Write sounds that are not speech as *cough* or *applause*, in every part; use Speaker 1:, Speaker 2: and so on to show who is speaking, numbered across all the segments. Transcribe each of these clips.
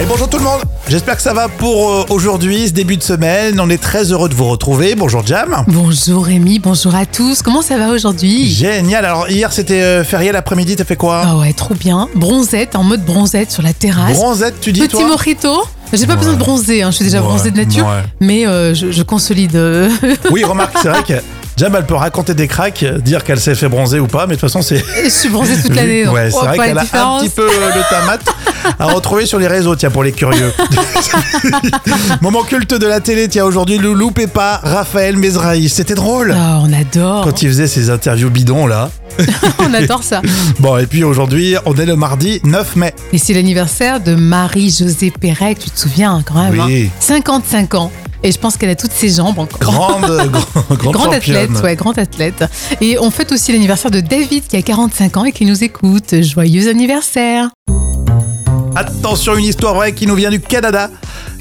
Speaker 1: Et bonjour tout le monde J'espère que ça va pour euh, aujourd'hui, ce début de semaine. On est très heureux de vous retrouver. Bonjour Jam
Speaker 2: Bonjour Rémi, bonjour à tous. Comment ça va aujourd'hui
Speaker 1: Génial Alors hier c'était euh, férié l'après-midi, t'as fait quoi
Speaker 2: Ah ouais, trop bien. Bronzette, en mode bronzette sur la terrasse.
Speaker 1: Bronzette tu dis
Speaker 2: Petit
Speaker 1: toi
Speaker 2: mojito. J'ai pas
Speaker 1: Ouais.
Speaker 2: besoin de bronzer, hein, je suis déjà
Speaker 1: Ouais,
Speaker 2: bronzée de nature,
Speaker 1: ouais.
Speaker 2: mais euh, je, je consolide. euh, *laughs*
Speaker 1: Oui remarque, c'est vrai que Jam elle peut raconter des cracks, dire qu'elle s'est fait bronzer ou pas, mais de toute façon c'est...
Speaker 2: je suis bronzée toute l'année.
Speaker 1: *laughs*
Speaker 2: donc,
Speaker 1: Ouais,
Speaker 2: oh,
Speaker 1: c'est vrai
Speaker 2: pas la
Speaker 1: qu'elle a un
Speaker 2: différence.
Speaker 1: petit peu euh, le tamat à retrouver sur les réseaux, tiens, pour les curieux. *laughs* Moment culte de la télé, tiens, aujourd'hui, ne loupez pas Raphaël Mezrahi. C'était drôle
Speaker 2: Ah, on adore.
Speaker 1: quand il faisait ses interviews bidons, là.
Speaker 2: *laughs* on adore ça.
Speaker 1: Bon, et puis aujourd'hui, on est le mardi 9 mai.
Speaker 2: Et c'est l'anniversaire de Marie-Josée Perret, tu te souviens hein, quand même.
Speaker 1: Oui.
Speaker 2: hein. 55 ans. Et je pense qu'elle a toutes ses jambes encore.
Speaker 1: Grande, *laughs* grande, grande
Speaker 2: Grande
Speaker 1: championne.
Speaker 2: athlète, ouais, grande athlète. Et on fête aussi l'anniversaire de David qui a 45 ans et qui nous écoute. Joyeux anniversaire
Speaker 1: Attention, une histoire vraie qui nous vient du Canada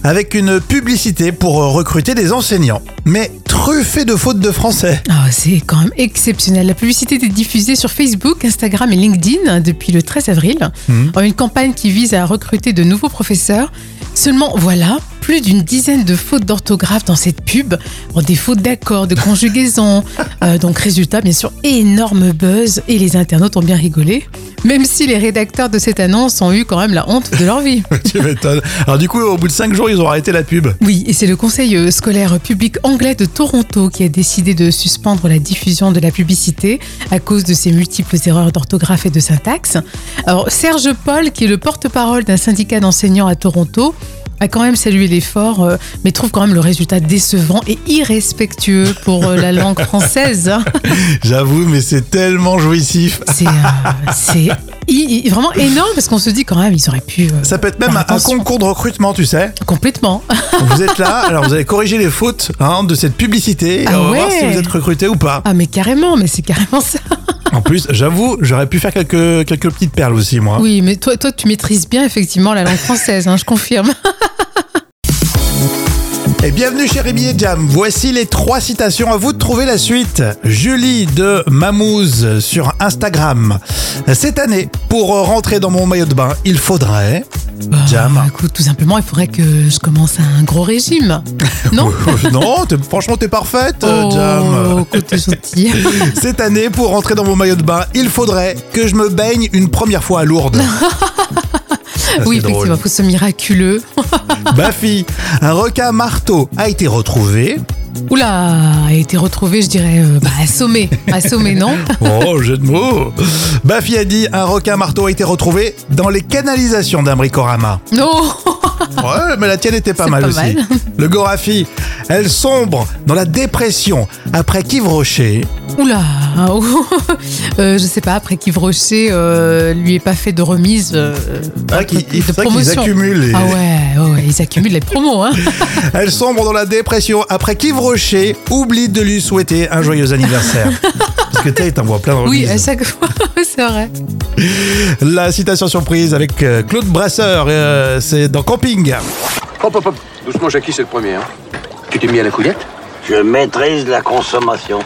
Speaker 1: avec une publicité pour euh, recruter des enseignants, mais truffée de fautes de français.
Speaker 2: Ah, C'est quand même exceptionnel. La publicité était diffusée sur Facebook, Instagram et LinkedIn hein, depuis le 13 avril.
Speaker 1: Mhm.
Speaker 2: Une campagne qui vise à recruter de nouveaux professeurs. Seulement, voilà, plus d'une dizaine de fautes d'orthographe dans cette pub. Bon, des fautes d'accord, de conjugaison. Euh, donc, résultat, bien sûr, énorme buzz et les internautes ont bien rigolé. Même si les rédacteurs de cette annonce ont eu quand même la honte de leur vie.
Speaker 1: *laughs* tu m'étonnes. Alors du coup, au bout de 5 jours, ils ont arrêté la pub.
Speaker 2: Oui, et c'est le Conseil euh, scolaire public anglais de Toronto qui a décidé de suspendre la diffusion de la publicité à cause de ses multiples erreurs d'orthographe et de syntaxe. Alors, Serge Paul, qui est le porte-parole d'un syndicat d'enseignants à Toronto, a quand même salué l'effort, euh, mais trouve quand même le résultat décevant et irrespectueux pour euh, la langue française. hein.
Speaker 1: J'avoue, mais c'est tellement jouissif.
Speaker 2: C'est euh, c'est i- i- vraiment énorme parce qu'on se dit quand même, ils auraient pu... euh,
Speaker 1: Ça peut être même
Speaker 2: Faire
Speaker 1: un, un
Speaker 2: attention.
Speaker 1: concours de recrutement, tu sais.
Speaker 2: complètement.
Speaker 1: Vous êtes là, alors vous allez corriger les fautes hein, de cette publicité et
Speaker 2: Ah
Speaker 1: on va voir
Speaker 2: ouais.
Speaker 1: si vous êtes recruté ou pas.
Speaker 2: Ah mais carrément, mais c'est carrément ça.
Speaker 1: En plus, j'avoue, j'aurais pu faire quelques, quelques petites perles aussi, moi.
Speaker 2: Oui, mais toi, toi, tu maîtrises bien effectivement la langue française, hein, je confirme.
Speaker 1: Et bienvenue chez Rémi et Jam. Voici les trois citations. À vous de trouver la suite. Julie de Mamouze sur Instagram. Cette année, pour rentrer dans mon maillot de bain, il faudrait. *laughs* Jam.
Speaker 2: Bah, écoute, tout simplement, il faudrait que je commence un gros régime.
Speaker 1: *laughs*
Speaker 2: Non
Speaker 1: Oh, non, t'es- franchement, t'es parfaite, euh, Jam.
Speaker 2: Oh, *laughs*
Speaker 1: *laughs*
Speaker 2: côté gentil.
Speaker 1: Cette année, pour rentrer dans mon maillot de bain, il faudrait que je me baigne une première fois à
Speaker 2: *laughs*
Speaker 1: Lourdes. Ça,
Speaker 2: oui,
Speaker 1: c'est drôle.
Speaker 2: effectivement, faut ce miraculeux.
Speaker 1: Bafi, un requin marteau a été retrouvé.
Speaker 2: Oula, a été retrouvé, je dirais, euh, bah, assommé.
Speaker 1: *laughs*
Speaker 2: Assommé, non
Speaker 1: Oh, jeu de mots. Bafi a dit un requin marteau a été retrouvé dans les canalisations d'un bricorama.
Speaker 2: Non *laughs*
Speaker 1: Ouais, mais la tienne était pas
Speaker 2: C'est
Speaker 1: mal
Speaker 2: pas
Speaker 1: aussi.
Speaker 2: mal.
Speaker 1: *laughs* Le Gorafi, elle sombre dans la dépression après qu'Yves Rocher.
Speaker 2: Oula *laughs* oh. Euh, Je sais pas, après qu'Yves Rocher euh, lui ait pas fait de remise euh,
Speaker 1: Ah, qui-
Speaker 2: de
Speaker 1: il faudrait qu'ils
Speaker 2: promotion.
Speaker 1: accumulent. les-
Speaker 2: Ah ouais, ouais, ils accumulent les
Speaker 1: *laughs*
Speaker 2: promos, hein
Speaker 1: Elle sombre dans la dépression après qu'Yves Rocher oublie de lui souhaiter un joyeux anniversaire. Parce que t'es, t'en vois plein dans le
Speaker 2: Oui,
Speaker 1: bise.
Speaker 2: à chaque fois, *laughs* c'est vrai.
Speaker 1: La citation surprise avec euh, Claude Brasseur, euh, c'est dans Camping.
Speaker 3: Hop, hop, hop. Doucement, Jackie, c'est le premier. hein. Tu t'es mis à la couillette
Speaker 4: Je maîtrise la consommation.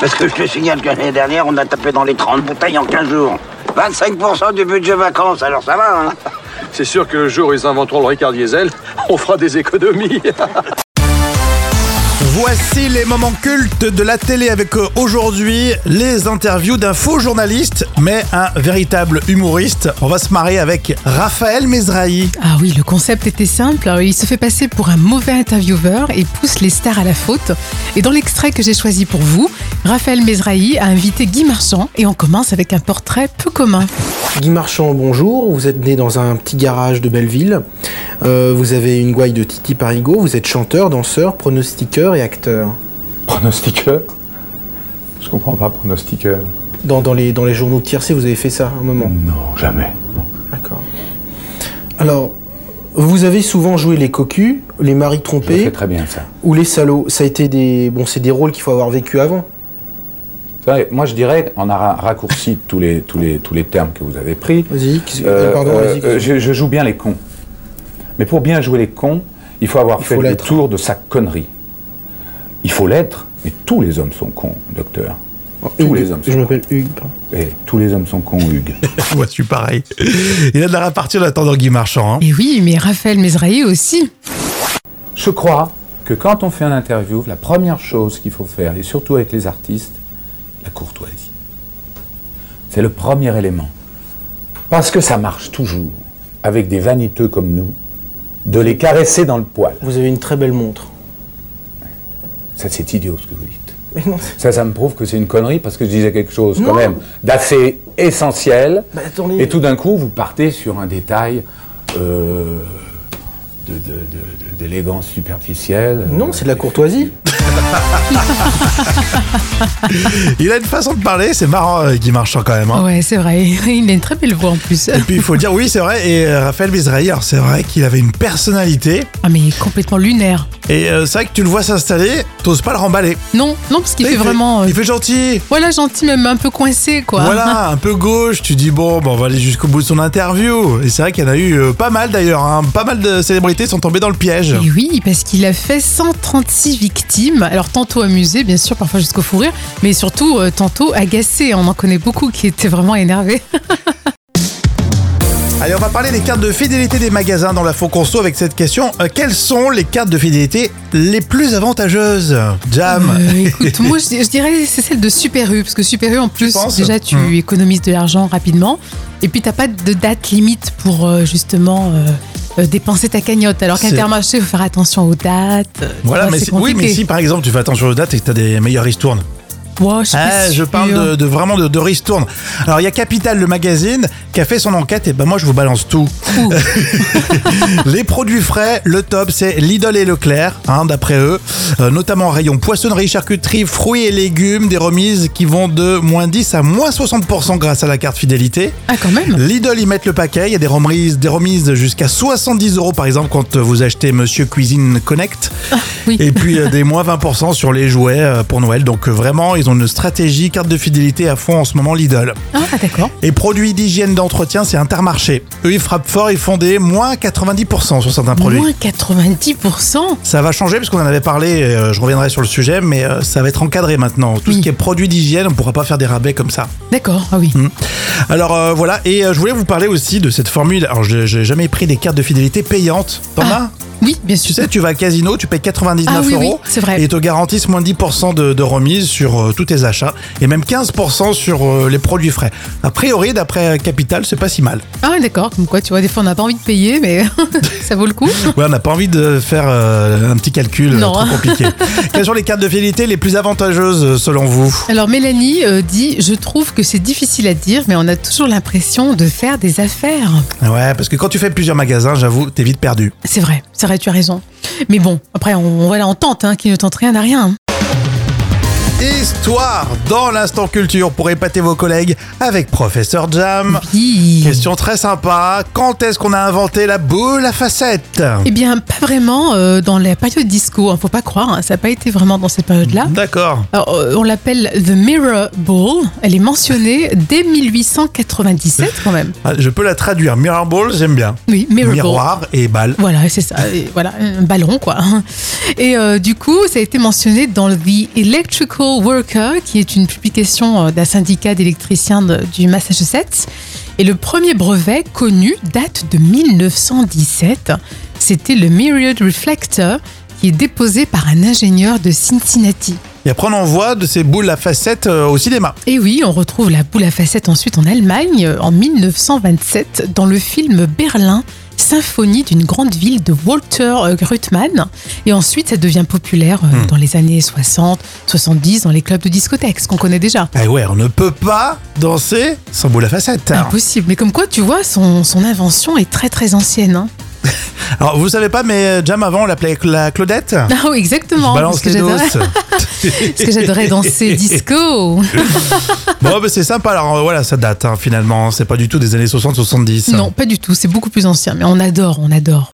Speaker 4: Parce que je te signale que l'année dernière, on a tapé dans les 30 bouteilles en 15 jours. 25% du budget vacances, alors ça va, hein
Speaker 3: C'est sûr que le jour où ils inventeront le Ricard Diesel, on fera des économies. *laughs*
Speaker 1: Voici les moments cultes de la télé avec euh, aujourd'hui les interviews d'un faux journaliste, mais un véritable humoriste. On va se marrer avec Raphaël Mezrahi. *laughs*
Speaker 2: Ah oui, le concept était simple. Alors, Il se fait passer pour un mauvais intervieweur et pousse les stars à la faute. Et dans l'extrait que j'ai choisi pour vous, Raphaël Mezrahi a invité Guy Marchand et on commence avec un portrait peu commun.
Speaker 5: Guy Marchand, bonjour. Vous êtes né dans un petit garage de Belleville. Euh, vous avez une gouaille de Titi Parigot. Vous êtes chanteur, danseur, pronostiqueur et acteur.
Speaker 6: Pronostiqueur Je comprends pas, pronostiqueur.
Speaker 5: Dans, dans les, dans les journaux de tiercé, vous avez fait ça un moment.
Speaker 6: Non, jamais.
Speaker 5: D'accord. Alors, vous avez souvent joué les cocus, les maris
Speaker 6: Je fais
Speaker 5: trompés
Speaker 6: très bien ça.
Speaker 5: ou les salauds. Ça a été des. Bon, c'est des rôles qu'il faut avoir vécu avant.
Speaker 6: C'est vrai, moi je dirais, on a ra- raccourci tous les, tous, les, tous les termes que vous avez pris.
Speaker 5: Vas-y, qu'est-ce que-
Speaker 6: Euh,
Speaker 5: pardon,
Speaker 6: euh,
Speaker 5: vas-y.
Speaker 6: euh, je, je joue bien les cons. Mais pour bien jouer les cons, il faut avoir
Speaker 5: Il
Speaker 6: fait
Speaker 5: faut
Speaker 6: le
Speaker 5: l'être.
Speaker 6: tour de sa connerie. Il faut l'être, mais tous les hommes sont cons, docteur.
Speaker 5: Oh,
Speaker 6: tous
Speaker 5: Hugues,
Speaker 6: les hommes sont
Speaker 5: Je m'appelle Hugues. pardon.
Speaker 6: Eh, tous les hommes sont cons, Hugues.
Speaker 1: Moi, je suis pareil. Il a de la répartie en attendant Guy Marchand. hein.
Speaker 2: Et oui, mais Raphaël Mesrahi aussi.
Speaker 6: Je crois que quand on fait un interview, la première chose qu'il faut faire, et surtout avec les artistes, la courtoisie. C'est le premier élément. Parce que ça marche toujours, avec des vaniteux comme nous, de les caresser dans le poil.
Speaker 5: Vous avez une très belle montre.
Speaker 6: Ça, c'est idiot ce que vous dites.
Speaker 5: Mais non, c'est-
Speaker 6: Ça, ça me prouve que c'est une connerie parce que je disais quelque chose
Speaker 5: Non.
Speaker 6: quand même d'assez essentiel.
Speaker 5: Bah, attendez.
Speaker 6: Et tout d'un coup, vous partez sur un détail euh, de- de- de- de- d'élégance superficielle.
Speaker 5: non, c'est de la courtoisie.
Speaker 1: hein. Il a une façon de parler, c'est marrant, euh, Guy Marchand, quand même. hein.
Speaker 2: Ouais, c'est vrai. *laughs* Il a une très belle voix en plus.
Speaker 1: Et puis, il faut le dire, oui, c'est vrai. Et euh, Raphaël Mizrahi, alors c'est vrai qu'il avait une personnalité.
Speaker 2: Ah, mais il est complètement lunaire.
Speaker 1: Et euh, c'est vrai que tu le vois s'installer, t'oses pas le remballer.
Speaker 2: Non, non, parce qu'il
Speaker 1: Il
Speaker 2: fait vraiment. euh,
Speaker 1: Il fait gentil.
Speaker 2: Voilà, gentil, même un peu coincé, quoi. *laughs*
Speaker 1: Voilà, un peu gauche, tu dis bon, ben, on va aller jusqu'au bout de son interview. Et c'est vrai qu'il y en a eu euh, pas mal d'ailleurs, hein. pas mal de célébrités sont tombées dans le piège.
Speaker 2: Et oui, parce qu'il a fait 136 victimes. Alors, tantôt amusé, bien sûr, parfois jusqu'au fou rire, mais surtout, euh, tantôt agacé. On en connaît beaucoup qui étaient vraiment énervés.
Speaker 1: Allez, on va parler des cartes de fidélité des magasins dans la faux conso avec cette question. Euh, quelles sont les cartes de fidélité les plus avantageuses Jam
Speaker 2: Euh, écoute, moi, je, je dirais c'est celle de Super U, parce que Super U, en plus,
Speaker 1: penses
Speaker 2: déjà, tu
Speaker 1: Mm.
Speaker 2: économises de l'argent rapidement, et puis t'as pas de date limite pour euh, justement euh, euh, dépenser ta cagnotte. Alors
Speaker 1: C'est-
Speaker 2: qu'Intermarché, faut faire attention aux dates. euh, tu
Speaker 1: Voilà,
Speaker 2: vois,
Speaker 1: mais
Speaker 2: c'est
Speaker 1: si- oui, mais
Speaker 2: compliqué.
Speaker 1: si par exemple tu fais attention aux dates et que t'as des meilleures ristournes.
Speaker 2: Ouais, je, suis pas
Speaker 1: Ah, je
Speaker 2: sûre.
Speaker 1: parle de, de- vraiment de, de ristournes. Alors il y a Capital, le magazine, qui a fait son enquête et ben moi je vous balance tout.
Speaker 2: Ouh.
Speaker 1: Les produits frais, le top, c'est Lidl et Leclerc, hein, d'après eux, Euh, notamment en rayon poissonnerie, charcuterie, fruits et légumes, des remises qui vont de moins 10 à moins 60% grâce à la carte fidélité.
Speaker 2: Ah,
Speaker 1: *laughs*
Speaker 2: quand même.
Speaker 1: Lidl, ils mettent le paquet. Il y a des remises, des remises jusqu'à 70 euros, par exemple, quand vous achetez Monsieur Cuisine Connect.
Speaker 2: oui.
Speaker 1: Et puis, euh, des moins 20% sur les jouets euh, pour Noël. Donc, euh, vraiment, ils ont une stratégie carte de fidélité à fond en ce moment, Lidl.
Speaker 2: Ah, d'accord.
Speaker 1: Et produits d'hygiène d'entretien, c'est Intermarché. Eux, ils frappent fort, ils font des moins 90% sur certains produits.
Speaker 2: Moins 90%.
Speaker 1: Ça va changer parce qu'on en avait parlé, euh, je reviendrai sur le sujet, mais euh, ça va être encadré maintenant. Tout ce
Speaker 2: Oui.
Speaker 1: qui est produits d'hygiène, on pourra pas faire des rabais comme ça.
Speaker 2: D'accord, ah oui.
Speaker 1: Alors euh, voilà, et euh, je voulais vous parler aussi de cette formule. Alors je j'ai jamais pris des cartes de fidélité payantes. T'en
Speaker 2: Ah,
Speaker 1: as
Speaker 2: Oui, bien
Speaker 1: Tu
Speaker 2: sûr.
Speaker 1: sais, tu vas au casino, tu payes 99
Speaker 2: Ah oui, oui,
Speaker 1: euros.
Speaker 2: c'est vrai.
Speaker 1: Et ils te garantissent moins de 10% de, de remise sur euh, tous tes achats et même 15% sur euh, les produits frais. A priori, d'après Capital, c'est pas si mal.
Speaker 2: Ah, d'accord. Comme quoi, tu vois, des fois, on n'a pas envie de payer, mais *laughs* ça vaut le coup.
Speaker 1: Ouais, on n'a pas envie de faire euh, un petit calcul euh,
Speaker 2: Non.
Speaker 1: trop compliqué. Quelles sont les cartes de fidélité les plus avantageuses euh, selon vous
Speaker 2: Alors Mélanie euh, dit Je trouve que c'est difficile à dire, mais on a toujours l'impression de faire des affaires.
Speaker 1: Ouais, parce que quand tu fais plusieurs magasins, j'avoue, t'es vite perdu.
Speaker 2: C'est vrai, c'est vrai, tu as raison. Mais bon, après, on, voilà, on tente, hein, qui ne tente rien n'a rien.
Speaker 1: Histoire dans l'instant culture pour épater vos collègues avec Professeur Jam.
Speaker 2: Hi.
Speaker 1: Question très sympa, quand est-ce qu'on a inventé la boule à facettes
Speaker 2: Eh bien, pas vraiment euh, dans la période disco, hein, faut pas croire, hein, ça n'a pas été vraiment dans cette
Speaker 1: Mhm.
Speaker 2: période-là.
Speaker 1: D'accord.
Speaker 2: Alors, euh, on l'appelle The Mirror Ball, elle est mentionnée dès 1897 quand même.
Speaker 1: Ah, Je peux la traduire, mirror ball, j'aime bien.
Speaker 2: Oui, Mirror Ball.
Speaker 1: Miroir et balle.
Speaker 2: Voilà, c'est ça. Et voilà, un ballon, quoi. Et euh, du coup, ça a été mentionné dans The Electrical Worker, qui est une publication euh, d'un syndicat d'électriciens de- du Massachusetts. Et le premier brevet connu date de 1917. C'était le Myriad Reflector, qui est déposé par un ingénieur de Cincinnati.
Speaker 1: Et après on en voit de ces boules à facettes euh, au cinéma.
Speaker 2: Et oui, on retrouve la boule à facettes ensuite en Allemagne euh, en 1927 dans le film Berlin, symphonie d'une grande ville de Walter euh, Grüttmann. Et ensuite, ça devient populaire euh,
Speaker 1: Hmm.
Speaker 2: dans les années 60, 70 dans les clubs de discothèques, ce qu'on connaît déjà.
Speaker 1: Eh ouais, on ne peut pas danser sans boule à facettes.
Speaker 2: Impossible. Mais comme quoi, tu vois, son, son invention est très très ancienne. hein.
Speaker 1: Alors vous savez pas, mais euh, Jam avant on l'appelait la Claudette.
Speaker 2: Ah oui,
Speaker 1: Je
Speaker 2: exactement.
Speaker 1: balance les
Speaker 2: j'adorais-
Speaker 1: doses.
Speaker 2: parce que j'adorais danser disco.
Speaker 1: *laughs* bon, bah, c'est sympa. Alors euh, voilà, ça date hein, finalement. C'est pas du tout des années 60-70.
Speaker 2: Non, pas du tout. C'est beaucoup plus ancien. Mais on adore, on adore.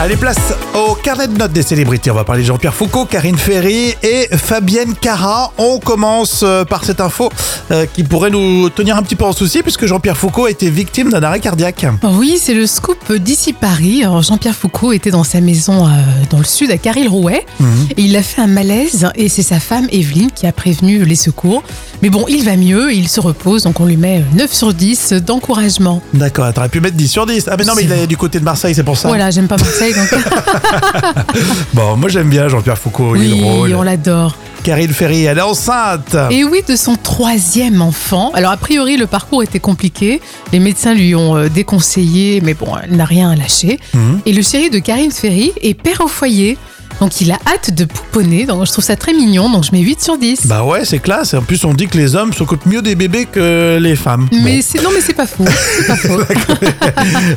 Speaker 1: Allez, place au carnet de notes des célébrités. On va parler de Jean-Pierre Foucault, Karine Ferry et Fabienne Cara. On commence euh, par cette info euh, qui pourrait nous tenir un petit peu en souci puisque Jean-Pierre Foucault a été victime d'un arrêt cardiaque.
Speaker 2: Bah Oui, c'est le scoop d'ici Paris. Alors, Jean-Pierre Foucault était dans sa maison euh, dans le sud à Caril-Rouet.
Speaker 1: Mhm.
Speaker 2: Et il a fait un malaise et c'est sa femme Evelyne qui a prévenu les secours. Mais bon, il va mieux, il se repose, donc on lui met 9 sur 10 d'encouragement.
Speaker 1: D'accord, t'aurais pu mettre 10 sur 10. Ah, mais non, mais
Speaker 2: C'est
Speaker 1: il est
Speaker 2: vrai.
Speaker 1: du côté de Marseille, c'est pour ça.
Speaker 2: Voilà, j'aime pas Marseille, donc
Speaker 1: Bon, moi j'aime bien Jean-Pierre Foucault, il est
Speaker 2: oui,
Speaker 1: drôle.
Speaker 2: on l'adore.
Speaker 1: Karine Ferry, elle est enceinte.
Speaker 2: Et oui, de son troisième enfant. Alors, a priori, le parcours était compliqué. Les médecins lui ont euh, déconseillé, mais bon, elle n'a rien lâché.
Speaker 1: Mhm.
Speaker 2: Et le chéri de Karine Ferry est père au foyer. Donc, il a hâte de pouponner. Donc, je trouve ça très mignon. Donc, je mets 8 sur 10.
Speaker 1: Bah ouais, c'est classe. En plus, on dit que les hommes s'occupent mieux des bébés que les femmes.
Speaker 2: mais c'est non, mais c'est pas fou.
Speaker 1: *laughs*
Speaker 2: C'est pas faux.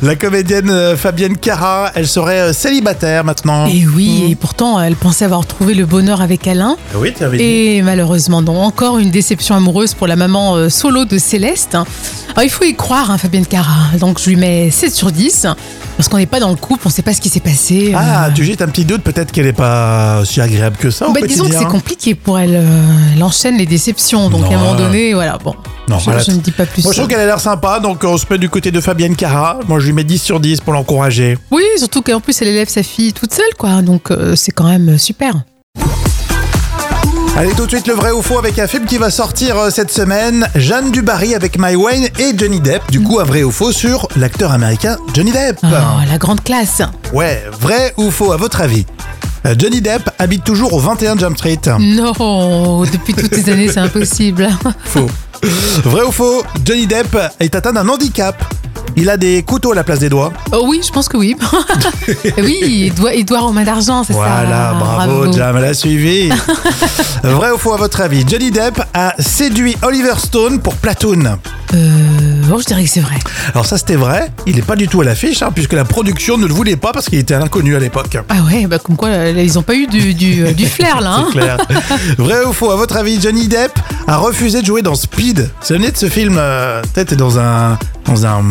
Speaker 1: La comédienne euh, Fabienne Cara, elle serait euh, célibataire maintenant.
Speaker 2: Et oui,
Speaker 1: Mhm.
Speaker 2: et pourtant, elle pensait avoir trouvé le bonheur avec Alain.
Speaker 1: Oui, tu avais
Speaker 2: Et malheureusement, non. Encore une déception amoureuse pour la maman euh, solo de Céleste. hein. Alors, il faut y croire, hein, Fabienne Cara. Donc, je lui mets 7 sur 10. Parce qu'on n'est pas dans le couple, on ne sait pas ce qui s'est passé.
Speaker 1: Ah,
Speaker 2: Euh,
Speaker 1: tu jettes un petit doute, peut-être qu'elle n'est pas si agréable que ça. au
Speaker 2: bah, disons que
Speaker 1: quotidien.
Speaker 2: c'est compliqué pour elle. euh, Elle enchaîne les déceptions. Donc,
Speaker 1: hein. Non.
Speaker 2: à un moment donné, voilà, bon.
Speaker 1: Non,
Speaker 2: je,
Speaker 1: voilà.
Speaker 2: je ne dis pas plus.
Speaker 1: Moi, je trouve qu'elle a l'air sympa, donc on se met du côté de Fabienne Cara. Moi, je lui mets 10 sur 10 pour l'encourager.
Speaker 2: Oui, surtout qu'en plus, elle élève sa fille toute seule, quoi. Donc, euh, c'est quand même super.
Speaker 1: Allez, tout de suite, le vrai ou faux avec un film qui va sortir euh, cette semaine. Jeanne Dubarry avec My Wayne et Johnny Depp. Du coup, un vrai ou faux sur l'acteur américain Johnny Depp.
Speaker 2: Oh, la grande classe.
Speaker 1: Ouais, vrai ou faux à votre avis Euh, Johnny Depp habite toujours au 21 Jump Street.
Speaker 2: Mm. Non, depuis toutes ces années, c'est impossible. *laughs*
Speaker 1: Faux. Vrai ou faux Johnny Depp est atteint d'un handicap. Il a des couteaux à la place des doigts.
Speaker 2: Oh oui, je pense que oui. *laughs* oui, Edouard, Edouard Romain d'Argent, c'est ça. Ah,
Speaker 1: Voilà, bravo, Jam, elle a
Speaker 2: *laughs*
Speaker 1: suivi. Vrai ou faux à votre avis Johnny Depp a séduit Oliver Stone pour Platoon.
Speaker 2: Euh, bon, je dirais que c'est vrai.
Speaker 1: Alors ça c'était vrai, il n'est pas du tout à l'affiche, hein, puisque la production ne le voulait pas parce qu'il était un inconnu à l'époque.
Speaker 2: Ah ouais, bah comme quoi, là, ils n'ont pas eu du, du, euh, du flair là. hein.
Speaker 1: C'est
Speaker 2: *laughs*
Speaker 1: clair. Vrai ou faux, à votre avis, Johnny Depp a refusé de jouer dans Speed. Vous vous souvenez de ce film euh, Peut-être t'es dans un, dans, un,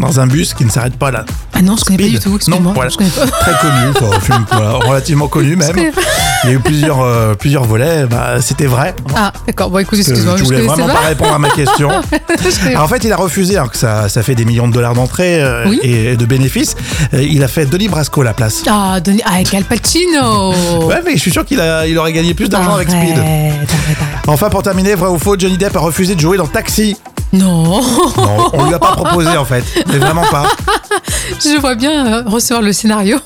Speaker 1: dans un bus qui ne s'arrête pas là.
Speaker 2: Ah non, je connais pas
Speaker 1: Speed.
Speaker 2: du tout.
Speaker 1: Non,
Speaker 2: Excuse-moi,
Speaker 1: voilà.
Speaker 2: je connais pas.
Speaker 1: Très connu, enfin, un film voilà, relativement connu même.
Speaker 2: connais pas.
Speaker 1: Il y a eu plusieurs, euh, plusieurs volets, bah, c'était vrai.
Speaker 2: Ah d'accord, bon écoute,
Speaker 1: Je
Speaker 2: excuse-moi,
Speaker 1: je
Speaker 2: je
Speaker 1: voulais
Speaker 2: connaissais
Speaker 1: vraiment pas
Speaker 2: pas.
Speaker 1: répondre à ma question.
Speaker 2: *laughs* Je connais-
Speaker 1: Alors, en fait, il a refusé, alors que ça, ça fait des millions de dollars d'entrée euh,
Speaker 2: Oui.
Speaker 1: et de bénéfices. Euh, Il a fait Denis Brasco à la place.
Speaker 2: Ah, Denis- ah, avec Al Pacino.
Speaker 1: Ouais, mais je suis sûr qu'il a- il aurait gagné plus d'argent avec
Speaker 2: Arrête,
Speaker 1: Speed.
Speaker 2: arrête, arrête.
Speaker 1: Enfin, pour terminer, vrai ou faux, Johnny Depp a refusé de jouer dans Taxi.
Speaker 2: *laughs* Non,
Speaker 1: Non, on lui a pas proposé en fait, mais vraiment pas.
Speaker 2: je vois bien euh, recevoir le scénario.